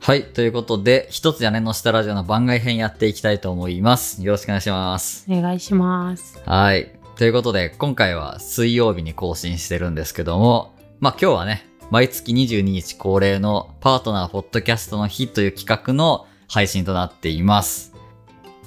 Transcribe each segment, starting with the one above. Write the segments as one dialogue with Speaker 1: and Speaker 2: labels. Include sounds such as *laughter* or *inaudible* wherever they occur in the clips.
Speaker 1: はい。ということで、一つ屋根の下ラジオの番外編やっていきたいと思います。よろしくお願いします。
Speaker 2: お願いします。
Speaker 1: はい。ということで、今回は水曜日に更新してるんですけども、まあ今日はね、毎月22日恒例のパートナーポッドキャストの日という企画の配信となっています。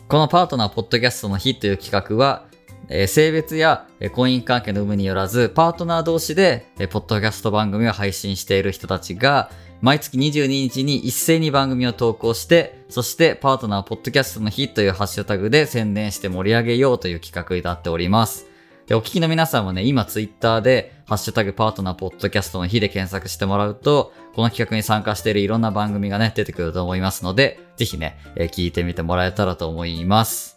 Speaker 1: このパートナーポッドキャストの日という企画は、えー性別やえー婚姻関係の有無によらず、パートナー同士で、えーポッドキャスト番組を配信している人たちが、毎月22日に一斉に番組を投稿して、そしてパートナーポッドキャストの日というハッシュタグで宣伝して盛り上げようという企画になっております。でお聞きの皆さんもね、今ツイッターで、ハッシュタグパートナーポッドキャストの日で検索してもらうと、この企画に参加しているいろんな番組がね、出てくると思いますので、ぜひね、えー聞いてみてもらえたらと思います。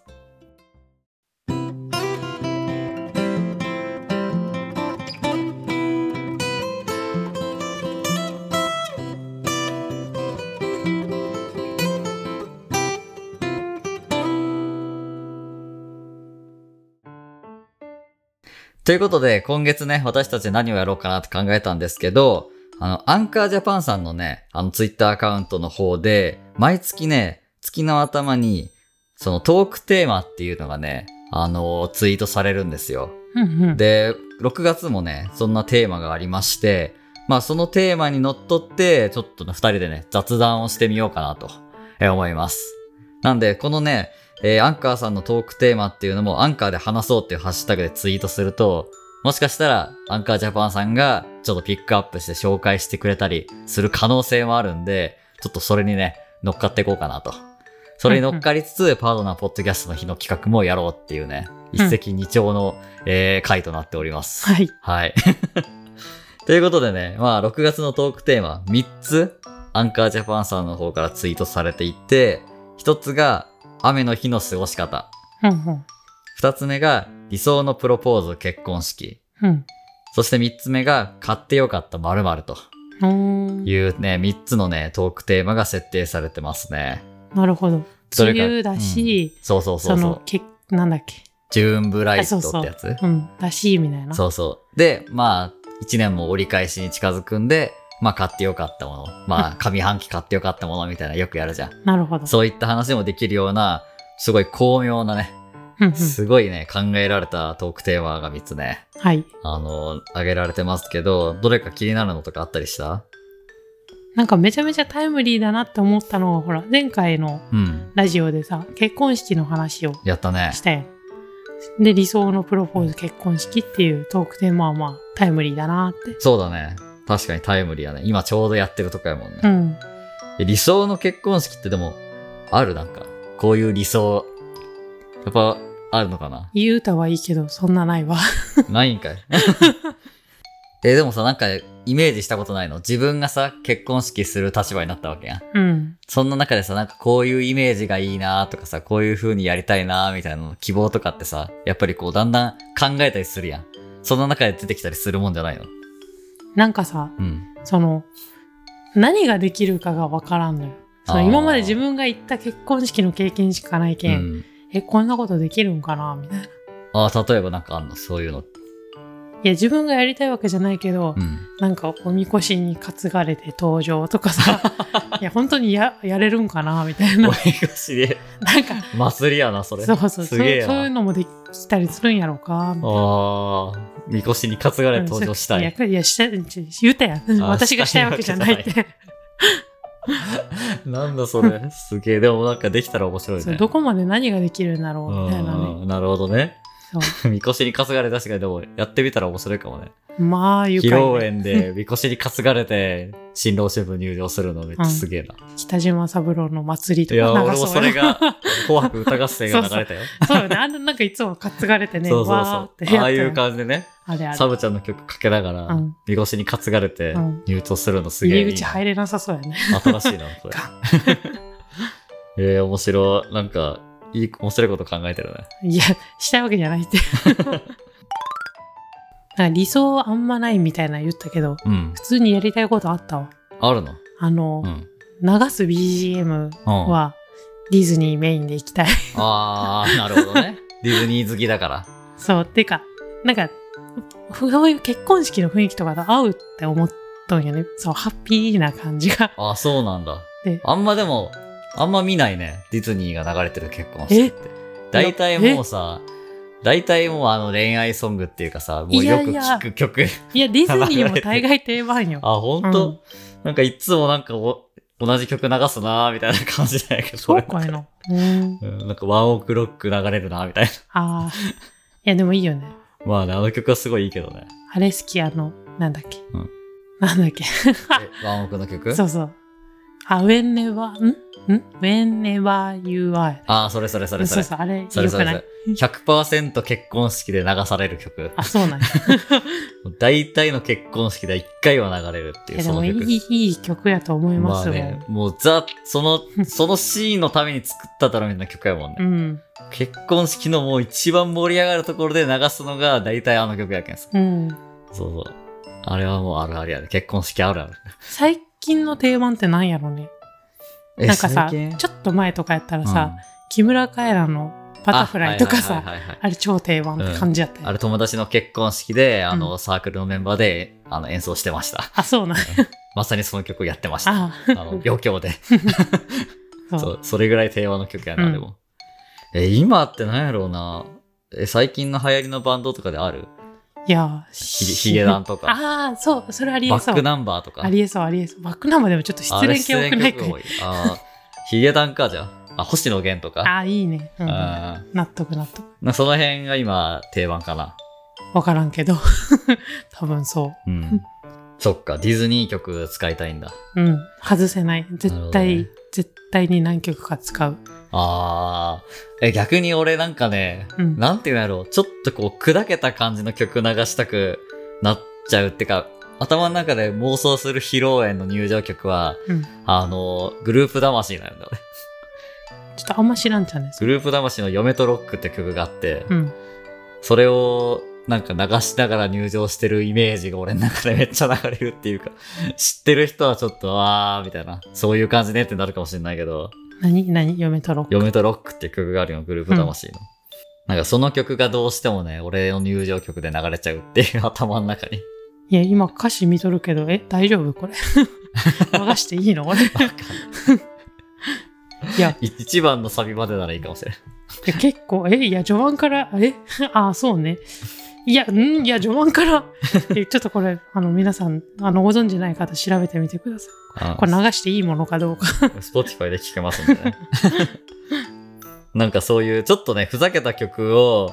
Speaker 1: ということで、今月ね、私たち何をやろうかなって考えたんですけど、あの、アンカージャパンさんのね、あの、ツイッターアカウントの方で、毎月ね、月の頭に、そのトークテーマっていうのがね、あの、ツイートされるんですよ。
Speaker 2: うんうん。
Speaker 1: で、6月もね、そんなテーマがありまして、まあそのテーマにのっとって、ちょっとね、2人でね、雑談をしてみようかなとえー思います。なんで、このね、えーアンカーさんのトークテーマっていうのも、アンカーで話そうっていうハッシュタグでツイートすると、もしかしたら、アンカージャパンさんが、ちょっとピックアップして紹介してくれたりする可能性もあるんで、ちょっとそれにね、乗っかっていこうかなと。それに乗っかりつつ、パートナーポッドキャストの日の企画もやろうっていうね、一石二鳥の、えー回となっております。
Speaker 2: はい。
Speaker 1: はい。 *laughs* ということでね、まあ、6月のトークテーマ、3つ、アンカージャパンさんの方からツイートされていて、1つが、雨の日の過ごし方。
Speaker 2: うんうん。
Speaker 1: 2つ目が、理想のプロポーズ結婚式。
Speaker 2: うん
Speaker 1: そして3つ目が、買ってよかった〇〇と
Speaker 2: うーん。
Speaker 1: いうね、3つのね、トークテーマが設定されてますね。
Speaker 2: なるほど。
Speaker 1: それ
Speaker 2: 梅
Speaker 1: が
Speaker 2: 雨だし、
Speaker 1: そうそう
Speaker 2: そ
Speaker 1: そうそ
Speaker 2: の
Speaker 1: う。
Speaker 2: け、なんだっけ。
Speaker 1: ジューンブライ
Speaker 2: あそう
Speaker 1: ト
Speaker 2: そ
Speaker 1: っ
Speaker 2: う
Speaker 1: てやつ
Speaker 2: うん。だし、みたいな。
Speaker 1: そうそう。で、まあ、一年も折り返しに近づくんで、まあ買ってよかったもの。 *laughs* まあ上半期買ってよかったものみたいなよくやるじゃん。
Speaker 2: なるほど。
Speaker 1: そういった話もできるような、すごい巧妙なね、
Speaker 2: うんうん。
Speaker 1: すごいね、考えられたトークテーマが3つね、
Speaker 2: はい。
Speaker 1: あの、挙げられてますけど、どれか気になるのとかあったりした
Speaker 2: なんかめちゃめちゃタイムリーだなって思ったのが、ほら、前回の
Speaker 1: うん。
Speaker 2: ラジオでさ、結婚式の話を
Speaker 1: やったね
Speaker 2: し。たやん。で、理想のプロポーズ結婚式っていうトークテーマはまあ、タイムリーだなって。
Speaker 1: そうだね。確かにタイムリーやね。今ちょうどやってるとこやもんね。
Speaker 2: うん。
Speaker 1: え理想の結婚式ってでも、あるなんか、こういう理想、やっぱ、あるのかな
Speaker 2: 言うたはいいけど、そんなないわ。
Speaker 1: ないんかい。 *laughs* え、でもさ、なんか、イメージしたことないの自分がさ、結婚式する立場になったわけやん。
Speaker 2: うん。
Speaker 1: そんな中でさ、なんかこういうイメージがいいなとかさ、こういう風にやりたいなみたいなの希望とかってさ、やっぱりこう、だんだん考えたりするやん。そんな中で出てきたりするもんじゃないの
Speaker 2: なんかさ、
Speaker 1: うん。
Speaker 2: その何ができるかが分からんのよその
Speaker 1: あー
Speaker 2: 今まで自分が行った結婚式の経験しかないけん、
Speaker 1: うん。
Speaker 2: えこんなことできるんかなみたいない
Speaker 1: ああ、例えばなんかあんのそういうの。
Speaker 2: や自分がやりたいわけじゃないけど、
Speaker 1: うん。
Speaker 2: なんかおみこしに担がれて登場とか
Speaker 1: *laughs*
Speaker 2: さいや本当にややれるんかなみたいな
Speaker 1: おいがしで、
Speaker 2: なんか
Speaker 1: 祭りやな、それ。
Speaker 2: そうそうそう
Speaker 1: す
Speaker 2: そう
Speaker 1: げえ
Speaker 2: い
Speaker 1: な。
Speaker 2: うのもできたりするんやろうかみたい
Speaker 1: あ
Speaker 2: な
Speaker 1: あ、みこしに担がれ
Speaker 2: うん
Speaker 1: 登場したい。
Speaker 2: やいやしたち言うたやん
Speaker 1: あー
Speaker 2: 私がしたいわけじゃない
Speaker 1: し
Speaker 2: っ
Speaker 1: た
Speaker 2: て
Speaker 1: なんだそれ。すげえ。でもなんかできたら面白い
Speaker 2: そう
Speaker 1: ね。
Speaker 2: どこまで何ができるんだろ
Speaker 1: う
Speaker 2: うみたいなね
Speaker 1: んなるほどね。
Speaker 2: そう
Speaker 1: *laughs* みこしに担がれたしかでもやってみたら面白いかもね。
Speaker 2: まあ愉
Speaker 1: 披
Speaker 2: 快、
Speaker 1: 露宴で *laughs* みこしに担がれて新郎新婦入場するのめっちゃすげえな。
Speaker 2: 北島三郎の祭りと
Speaker 1: いや、
Speaker 2: か
Speaker 1: 俺
Speaker 2: 流
Speaker 1: も
Speaker 2: そ
Speaker 1: そうれ
Speaker 2: よ。
Speaker 1: が *laughs* 紅白歌合戦が流れたよ。
Speaker 2: *laughs* そうよね。あのなんかいつも担がれてね、
Speaker 1: そうそう
Speaker 2: わーって
Speaker 1: そ
Speaker 2: やった
Speaker 1: う。
Speaker 2: よ
Speaker 1: ああいう感じでね、
Speaker 2: あれあれ
Speaker 1: サ。ブちゃんの曲かけながら
Speaker 2: うん、
Speaker 1: みこしに担がれて
Speaker 2: うん
Speaker 1: 入場するのすげえいい
Speaker 2: 入
Speaker 1: な。
Speaker 2: り口入れなさそうやね。 *laughs*
Speaker 1: 新しいな、これ。えー、面白い。なんか、いい、面白いこと考えてるね。
Speaker 2: いや、したいわけじゃないって。 *laughs* なんか理想はあんまないみたいなの言ったけど、
Speaker 1: うん
Speaker 2: 普。通にやりたいことあったわ。
Speaker 1: あるの
Speaker 2: あの、
Speaker 1: うん。
Speaker 2: 流す BGM
Speaker 1: うん、あ
Speaker 2: はディズニーメインで行きたい。 *laughs*
Speaker 1: あー、なるほどね。 *laughs* ディズニー好きだから。
Speaker 2: そう、てか、なんか、ふそういう結婚式の雰囲気とかと合うって思っとんよね。そう、ハッピーな感じが。
Speaker 1: ああ、そうなんだ。
Speaker 2: え
Speaker 1: あんまでも、あんま見ないね。ディズニーが流れてる結婚式って。大体もうさ、大体もうあの恋愛ソングっていうかさ、もうよく聞く曲。
Speaker 2: いや、ディズニーも大概定番よ。
Speaker 1: あ、ほん
Speaker 2: うん
Speaker 1: と、なんかいつもなんかお同じ曲流すなーみたいな感じだけど。
Speaker 2: そうかいな。うん。
Speaker 1: うんなんかワンオクロック流れるなみ *laughs* たい
Speaker 2: ああ。いや、でもいいよね。
Speaker 1: な。まあね、あの曲はすごいいいけどね。
Speaker 2: あれ好き、あの、なんだっけ。
Speaker 1: うん
Speaker 2: なんだっけ。
Speaker 1: えワンオクの曲
Speaker 2: そうそう。あ、whenever, んん ?whenever you are.
Speaker 1: ああ、それそれそれそ
Speaker 2: そう
Speaker 1: れ。
Speaker 2: そう、あれ、よ
Speaker 1: それそ
Speaker 2: く
Speaker 1: れそ
Speaker 2: ない
Speaker 1: れ。100%結婚式で流される曲。
Speaker 2: あ、そうなんや。
Speaker 1: 大体の結婚式で1回は流れるって
Speaker 2: い
Speaker 1: いう、
Speaker 2: やで
Speaker 1: その
Speaker 2: もい
Speaker 1: 曲。
Speaker 2: い、いい曲やと思いますよ。
Speaker 1: ね、もうザ、そ
Speaker 2: *laughs*
Speaker 1: の、そのシーンのために作ったたらめの曲やもん
Speaker 2: う
Speaker 1: ね。
Speaker 2: ん。
Speaker 1: 結婚式のもう一番盛り上がるところで流すのが大体あの曲やけんさ。
Speaker 2: うん。
Speaker 1: そうそう。あれはもうあるあるやで、結婚式あるある。
Speaker 2: 最近の定番ってなんやろね。なんかさ、ち
Speaker 1: ょっ
Speaker 2: ょっと前とかやったらさ、、木村カエラのバタフライとか
Speaker 1: あはい
Speaker 2: さ、
Speaker 1: はいはいはい
Speaker 2: あれ超定番って感じやった
Speaker 1: あ
Speaker 2: よ。
Speaker 1: れ友達の結婚式で、あ
Speaker 2: う
Speaker 1: の、サークルのメンバーで、あの、演奏してました。
Speaker 2: あ、そうなんや。
Speaker 1: まさにその曲やってました。あ
Speaker 2: あ
Speaker 1: の、余興で。
Speaker 2: あ、
Speaker 1: そ
Speaker 2: そう。
Speaker 1: う、それぐらい定番の曲やな、
Speaker 2: うん
Speaker 1: でも。え、今ってなんやろうな。え、最近の流行りのバンドとかである
Speaker 2: いや、
Speaker 1: ヒゲヒゲダンとか。
Speaker 2: ああ、そう、それありえ
Speaker 1: バ
Speaker 2: そ
Speaker 1: ック
Speaker 2: う。
Speaker 1: ナンバーとか。
Speaker 2: ありえそう、ありえそう。バックナンバーでもちょっと失恋系多くないか
Speaker 1: あれ失恋曲多
Speaker 2: い
Speaker 1: い。あーヒゲダンかじゃあ。あ、星野源とか。
Speaker 2: ああ、いいね。うん
Speaker 1: あ
Speaker 2: 納得納得。
Speaker 1: ーなその辺が今定番かな。
Speaker 2: わからんけど。 *laughs* 多分そ
Speaker 1: うん。そっか、ディズニー曲使いたいんだ。
Speaker 2: う。うん。外せない。絶
Speaker 1: なる
Speaker 2: 対、
Speaker 1: ほどね
Speaker 2: 絶対に何曲か使う。
Speaker 1: あー。え、逆に俺なんかね、
Speaker 2: うん
Speaker 1: なんていうんやろう。ちょっとこう、砕けた感じの曲流したくなっちゃうってか、頭の中で妄想する披露宴の入場曲は、
Speaker 2: うん。ちょ
Speaker 1: あの、グループ魂なんだよね。 *laughs*
Speaker 2: っとあんま知らんじゃね
Speaker 1: グループ魂の嫁とロックって曲があって、
Speaker 2: うん。
Speaker 1: それをなんか流しながら入場してるイメージが俺の中でめっちゃ流れるっていうか、 *laughs* 知ってる人はちょっと、あー、みたいな、そういう感じねってなるかもしれないけど、
Speaker 2: 何何嫁とろう。
Speaker 1: 嫁とロックって曲があるよ、グループ魂の。なんかその曲がどうしてもね、俺の入場曲で流れちゃうっていう頭の中に。
Speaker 2: いや、今歌詞見とるけど、え、大丈夫これ。 *laughs* 流していいのこれ。いや、
Speaker 1: い一番のサビまでならいいかもしれない。
Speaker 2: いや結構、え、いや、序盤から、え、 *laughs* ああ、そうね。いや、んいや、序盤から、 *laughs* えちょっとこれ、あの、皆さん、あの、ご存知ない方、調べてみてください。これ流していいものかどうか。
Speaker 1: スポティファイで聴けますんでね。 *laughs* なんかそういう、ちょっとね、ふざけた曲を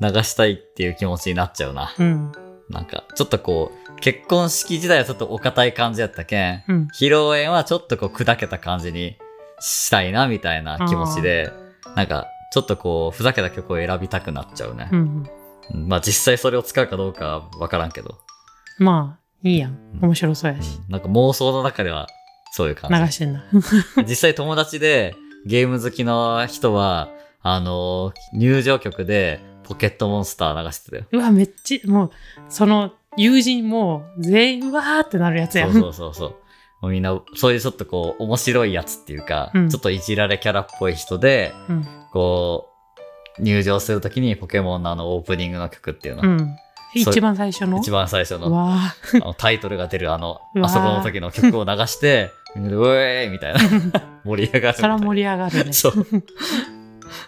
Speaker 1: 流したいっていう気持ちになっちゃうな。
Speaker 2: うん、
Speaker 1: なんか、ちょっとこう、結婚式時代はちょっとお堅い感じやったけん、
Speaker 2: うん。
Speaker 1: 披露宴はちょっとこう砕けた感じにしたいなみたいな気持ちで、なんか、ちょっとこう、ふざけた曲を選びたくなっちゃうね
Speaker 2: う。ん、
Speaker 1: うんまあ実際それを使うかどうかわからんけど、
Speaker 2: まあ、いいやん。
Speaker 1: うん
Speaker 2: 面白そうやし。
Speaker 1: うんなんか妄想の中ではそういう感じ。
Speaker 2: 流してんな。 *laughs*
Speaker 1: 実際友達でゲーム好きの人は、あのー入場曲でポケットモンスター流してたよ。
Speaker 2: うわ、めっちゃ、もう、その、友人も、全員、うわーってなるやつやん。
Speaker 1: そうそうそうそう。もうみんな、そういうちょっとこう、面白いやつっていうか、
Speaker 2: うん
Speaker 1: ちょっといじられキャラっぽい人で、
Speaker 2: うん。
Speaker 1: こう、入場するときにポケモンのあのオープニングの曲っていう
Speaker 2: う
Speaker 1: の、
Speaker 2: ん。
Speaker 1: それ
Speaker 2: 一番最初の
Speaker 1: 一番最初
Speaker 2: う
Speaker 1: の
Speaker 2: わー。
Speaker 1: あのタイトルが出るあの、
Speaker 2: うわー
Speaker 1: あそこの時の曲を流して、みんなで、うえーいみた
Speaker 2: *laughs*
Speaker 1: いな、盛り上がるみた
Speaker 2: そ
Speaker 1: いな。
Speaker 2: ら盛り上がる
Speaker 1: *laughs*
Speaker 2: ね。
Speaker 1: そう。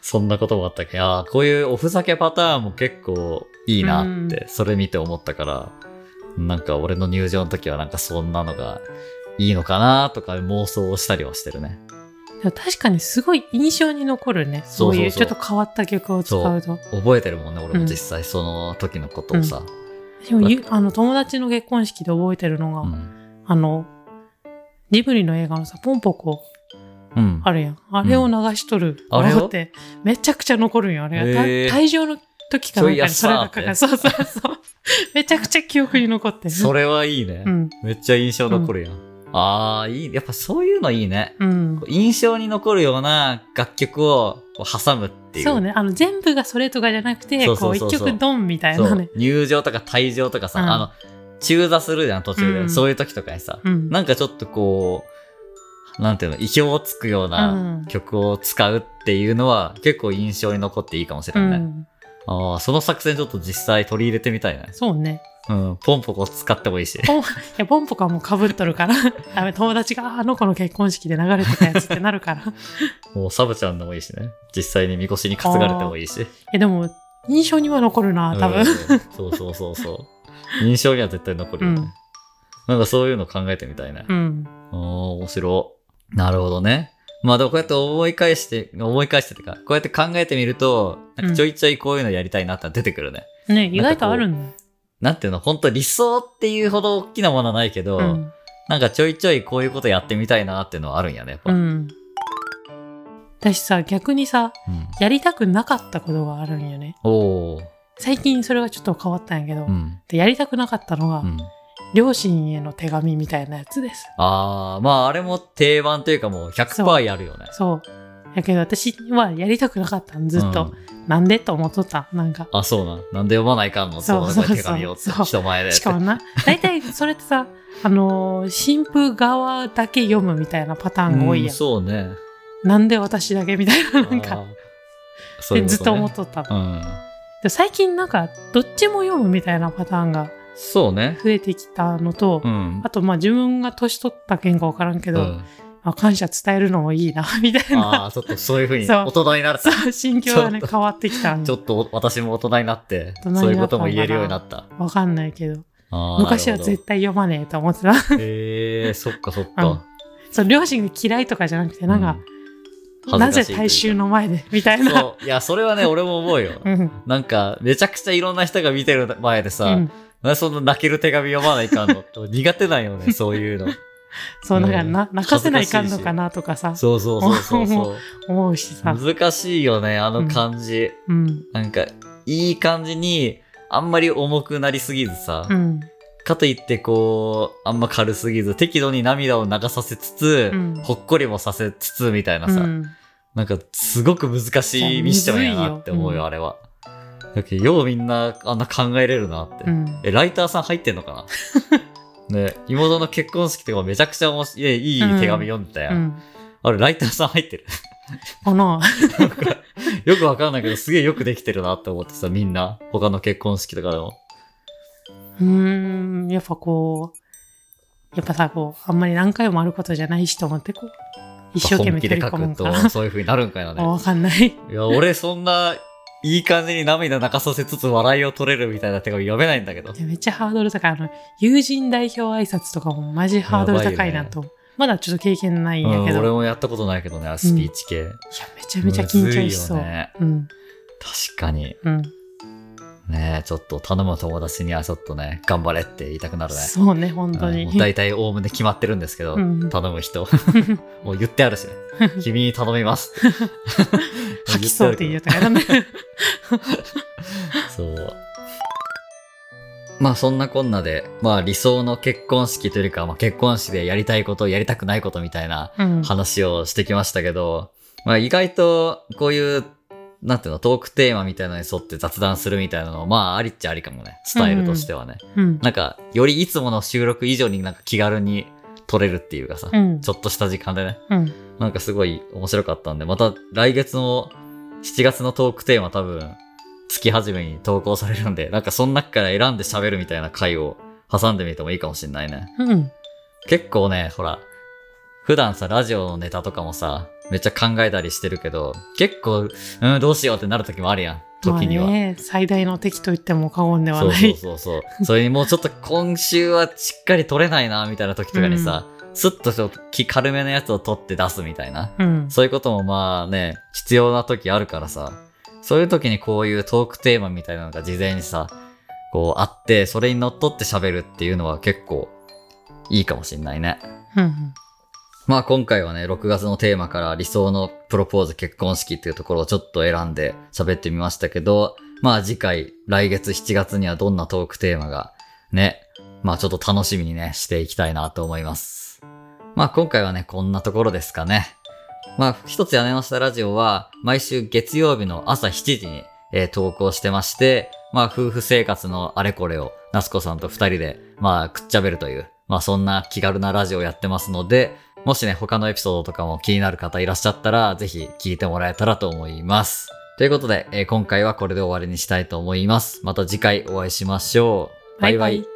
Speaker 1: そんなこともあったけど、あーこういうおふざけパターンも結構いいなって、それ見て思ったから、なんか俺の入場の時はなんかそんなのがいいのかなとか妄想をしたりはしてるね。
Speaker 2: でも確かにすごい印象に残るね。
Speaker 1: そ
Speaker 2: そ
Speaker 1: そう
Speaker 2: う
Speaker 1: そう
Speaker 2: ういうちょっと変わった曲を使うと。
Speaker 1: 覚えてるもんね、俺
Speaker 2: う
Speaker 1: も
Speaker 2: ん
Speaker 1: 実際その時のことをさ。
Speaker 2: でもゆあの友達の結婚式で覚えてるのが、
Speaker 1: うん。
Speaker 2: あの、ジブリの映画のさ、ポンポコ
Speaker 1: うん。
Speaker 2: あるやん。あれを流しとる。
Speaker 1: うんあれを
Speaker 2: って、めちゃくちゃ残るんよ、あれが。
Speaker 1: へー
Speaker 2: た退場の時かなんか
Speaker 1: そ
Speaker 2: にそ
Speaker 1: うい
Speaker 2: れ
Speaker 1: や
Speaker 2: だから、そうそう
Speaker 1: *laughs*
Speaker 2: そう。めちゃくちゃ記憶に残ってる。
Speaker 1: それはいいね、
Speaker 2: うん。
Speaker 1: めっちゃ印象残るやん。ああ、いい。やっぱそういうのいいね。
Speaker 2: うん。
Speaker 1: 印象に残るような楽曲を挟むっていう。
Speaker 2: そうね。あの、全部がそれとかじゃなくて、
Speaker 1: そうそう
Speaker 2: こう、
Speaker 1: そう
Speaker 2: 一
Speaker 1: そう
Speaker 2: 曲ドンみたい
Speaker 1: そ
Speaker 2: な
Speaker 1: う
Speaker 2: ね。
Speaker 1: 入場とか退場とかさ、
Speaker 2: うん
Speaker 1: あの中座するじゃん途中で、
Speaker 2: うん
Speaker 1: そういう時とかにさ、
Speaker 2: うん。
Speaker 1: なんかちょっとこうなんていうの意表をつくよう
Speaker 2: う
Speaker 1: なん曲を使うっていうのは結構印象に残っていいかもしれ
Speaker 2: う
Speaker 1: ない、
Speaker 2: ん。
Speaker 1: ああ、その作戦ちょっと実際取り入れてみたいね。
Speaker 2: そうね。
Speaker 1: うん、ポンポコ使っても
Speaker 2: *laughs*
Speaker 1: いいし。
Speaker 2: ポン、いや、ポンポコはもう被っとるから、 *laughs* ダメ、友達が、ああの子の結婚式で流れてたやつってなるから。い
Speaker 1: もうサブちゃんでもいいしね。実際にみこしに担がれてもいいし。
Speaker 2: や、でも、印象には残るな、多
Speaker 1: うん
Speaker 2: 分。
Speaker 1: そうそうそうそう。印象には絶対残るよね。
Speaker 2: うん
Speaker 1: なんかそういうの考えてみたいね。
Speaker 2: うん。
Speaker 1: おお面白い。なるほどね。まあでもこうやって思い返して、思い返してってか、こうやって考えてみると、なんかちょいちょいこういうのやりたいなってのは出てくるね。
Speaker 2: ね、意外とあるんだ。
Speaker 1: なんていうの、本当理想っていうほど大きなものはないけど、
Speaker 2: うん。
Speaker 1: なんかちょいちょいこういうことやってみたいなっていうのはあるんやね、やっぱ。
Speaker 2: うん。私さ、逆にさ、
Speaker 1: うん
Speaker 2: やりたくなかったことがあるんよね。
Speaker 1: おー。
Speaker 2: 最近それがちょっと変わったんやけど、
Speaker 1: うん。
Speaker 2: でやりたくなかったのが、
Speaker 1: うん。
Speaker 2: 両親への手紙みたいなやつです。
Speaker 1: ああ、まああれも定番というかもう100%やるよね。
Speaker 2: そう。やけど私はやりたくなかったんずっと。
Speaker 1: うん
Speaker 2: なんでと思っとった。なんか。
Speaker 1: あ、そうなん。なんで読まないかんの
Speaker 2: そう
Speaker 1: その
Speaker 2: そう
Speaker 1: 手紙を
Speaker 2: そう
Speaker 1: 人前で。
Speaker 2: しかもな、大体それってさ、あのー新婦側だけ読むみたいなパターンが多い
Speaker 1: うん
Speaker 2: やん。
Speaker 1: そうね。
Speaker 2: なんで私だけみたいな、なんか。
Speaker 1: あー。そうい
Speaker 2: で
Speaker 1: うこね
Speaker 2: ずっと思っとったの。
Speaker 1: うん。
Speaker 2: で最近なんか、どっちも読むみたいなパターンが
Speaker 1: そうね。
Speaker 2: 増えてきたのと、
Speaker 1: うん。
Speaker 2: あとまあ自分が年取った件かわからんけど、
Speaker 1: うん
Speaker 2: あ感謝伝えるのもいいな、 *laughs* みたい
Speaker 1: あ
Speaker 2: な。
Speaker 1: あ、ちょっとそういうふうに
Speaker 2: そう
Speaker 1: 大人になった。
Speaker 2: そう、心境がね、
Speaker 1: ちょっと
Speaker 2: 変わってきたん
Speaker 1: ちょっと私も大人になって、
Speaker 2: 大人になったんだな
Speaker 1: そういうことも言えるようになった。
Speaker 2: わかんないけど。
Speaker 1: あー
Speaker 2: 昔は
Speaker 1: なるほど
Speaker 2: 絶対読まねえと思ってた。 *laughs*
Speaker 1: ええそっかそっか。
Speaker 2: そう、両親が嫌いとかじゃなくて、なんか、
Speaker 1: うん
Speaker 2: な
Speaker 1: 恥ず
Speaker 2: ぜ
Speaker 1: かしいというか
Speaker 2: 大衆の前で、みたい
Speaker 1: うん、
Speaker 2: な。
Speaker 1: そう。いや、それはね、俺も思うよ。
Speaker 2: *laughs* うん。
Speaker 1: なんか、めちゃくちゃいろんな人が見てる前で
Speaker 2: う
Speaker 1: さ、
Speaker 2: ん
Speaker 1: なんでそんな泣ける手紙読まないかんの苦手なんよ
Speaker 2: *laughs*
Speaker 1: ね、そういうの。
Speaker 2: そう、なんかな、泣かせないかん
Speaker 1: 恥ずかしいし
Speaker 2: のかなとかさ、
Speaker 1: そうそうそうそう
Speaker 2: *laughs*
Speaker 1: そう。
Speaker 2: 思うしさ。
Speaker 1: 難しいよね、あの感じ。
Speaker 2: うん。
Speaker 1: なんか、いい感じに、あんまり重くなりすぎずさ、
Speaker 2: うん。
Speaker 1: かといってこう、あんま軽すぎず、適度に涙を流させつつ、
Speaker 2: うん
Speaker 1: ほっこりもさせつつみたいな
Speaker 2: う
Speaker 1: さ、
Speaker 2: ん。
Speaker 1: なんかすごく難しいミッションやなって思うよ、
Speaker 2: いやむずいよ
Speaker 1: あれは。だけど、ようみんなあんな考えれるなって。
Speaker 2: うん
Speaker 1: え、ライターさん入ってんのか
Speaker 2: *laughs*
Speaker 1: なね妹の結婚式とかめちゃくちゃ面白いいい手紙読んでたや。
Speaker 2: うんん。
Speaker 1: あれ、ライターさん入ってる。 *laughs*
Speaker 2: この、
Speaker 1: よくわかんないけど、すげえよくできてるなって思ってさ、みんな。他の結婚式とかでも。
Speaker 2: うーん、やっぱこう、やっぱさ、こう、あんまり何回もあることじゃないしと思って、こう、一生懸命
Speaker 1: 本気で
Speaker 2: 取り
Speaker 1: 書
Speaker 2: 込むん
Speaker 1: く
Speaker 2: か *laughs*
Speaker 1: と、そういう風になるんかいな
Speaker 2: な。
Speaker 1: ね。
Speaker 2: わかんない。
Speaker 1: いや、俺そんな、いい感じに涙泣かさせつつ笑いを取れるみたいな手紙読めないんだけど。
Speaker 2: めっちゃハードル高い。あの、友人代表挨拶とかもマジハードル高いなと。まだちょっと経験ないん
Speaker 1: う
Speaker 2: や
Speaker 1: ん
Speaker 2: けど。
Speaker 1: 俺
Speaker 2: いや、
Speaker 1: もやったことないけどね、スピーチ系。
Speaker 2: めちゃめちゃ緊張しそう。
Speaker 1: むずいよね
Speaker 2: うん、
Speaker 1: 確かに。
Speaker 2: うん。
Speaker 1: ねちょっと頼む友達にはちょっとね、頑張れって言いたくなるね。
Speaker 2: そうね、本当
Speaker 1: う
Speaker 2: に
Speaker 1: んもう。大体おおむね決まってるんですけど、
Speaker 2: *laughs* うん
Speaker 1: 頼む人。もう言ってあるしね。君に頼み
Speaker 2: *laughs*
Speaker 1: ます。 *laughs*
Speaker 2: 吐きそうって言うとやらない。
Speaker 1: そう。まあそんなこんなで、まあ理想の結婚式というか、まあ、結婚式でやりたいこと、やりたくないことみたいな
Speaker 2: うん。
Speaker 1: 話をしてきましたけど、まあ意外とこういう、なんていうの、トークテーマみたいなのに沿って雑談するみたいなの、まあありっちゃありかもね、スタイルとしてはね。
Speaker 2: うん。
Speaker 1: なんか、よりいつもの収録以上になんか気軽に撮れるっていうかさ、
Speaker 2: うん
Speaker 1: ちょっとした時間でね、
Speaker 2: うん。
Speaker 1: なんかすごい面白かったんで、また来月の7月のトークテーマ多分、月始めに投稿されるんで、なんかその中から選んで喋るみたいな回を挟んでみてもいいかもしんないね。
Speaker 2: うん。
Speaker 1: 結構ね、ほら、普段さ、ラジオのネタとかもさ、めっちゃ考えたりしてるけど、結構、うん、どうしようってなる時もあるやん、時には。
Speaker 2: まあね、最大の敵と言っても過言では
Speaker 1: そう
Speaker 2: な
Speaker 1: そう
Speaker 2: い。
Speaker 1: そう *laughs* そう。それにもうちょっと今週はしっかり撮れないな、みたいな時とかにさ、スッとちょっと気軽めのやつを撮って出すみたいな。
Speaker 2: うん。
Speaker 1: そういうこともまあね、必要な時あるからさ、そういう時にこういうトークテーマみたいなのが事前にさ、こうあって、それにのっとって喋るっていうのは結構いいかもしんないね。
Speaker 2: うん。
Speaker 1: まあ今回はね、6月のテーマから理想のプロポーズ結婚式っていうところをちょっと選んで喋ってみましたけど、まあ次回、来月7月にはどんなトークテーマがね、まあちょっと楽しみにね、していきたいなと思います。まあ今回はね、こんなところですかね。まあ一つ屋根の下ラジオは毎週月曜日の朝7時に、えー投稿してまして、まあ夫婦生活のあれこれを夏子さんと二人で、まあくっちゃべるという、まあそんな気軽なラジオをやってますので、もしね、他のエピソードとかも気になる方いらっしゃったら、ぜひ聞いてもらえたらと思います。ということで、えー今回はこれで終わりにしたいと思います。また次回お会いしましょう。バイバイ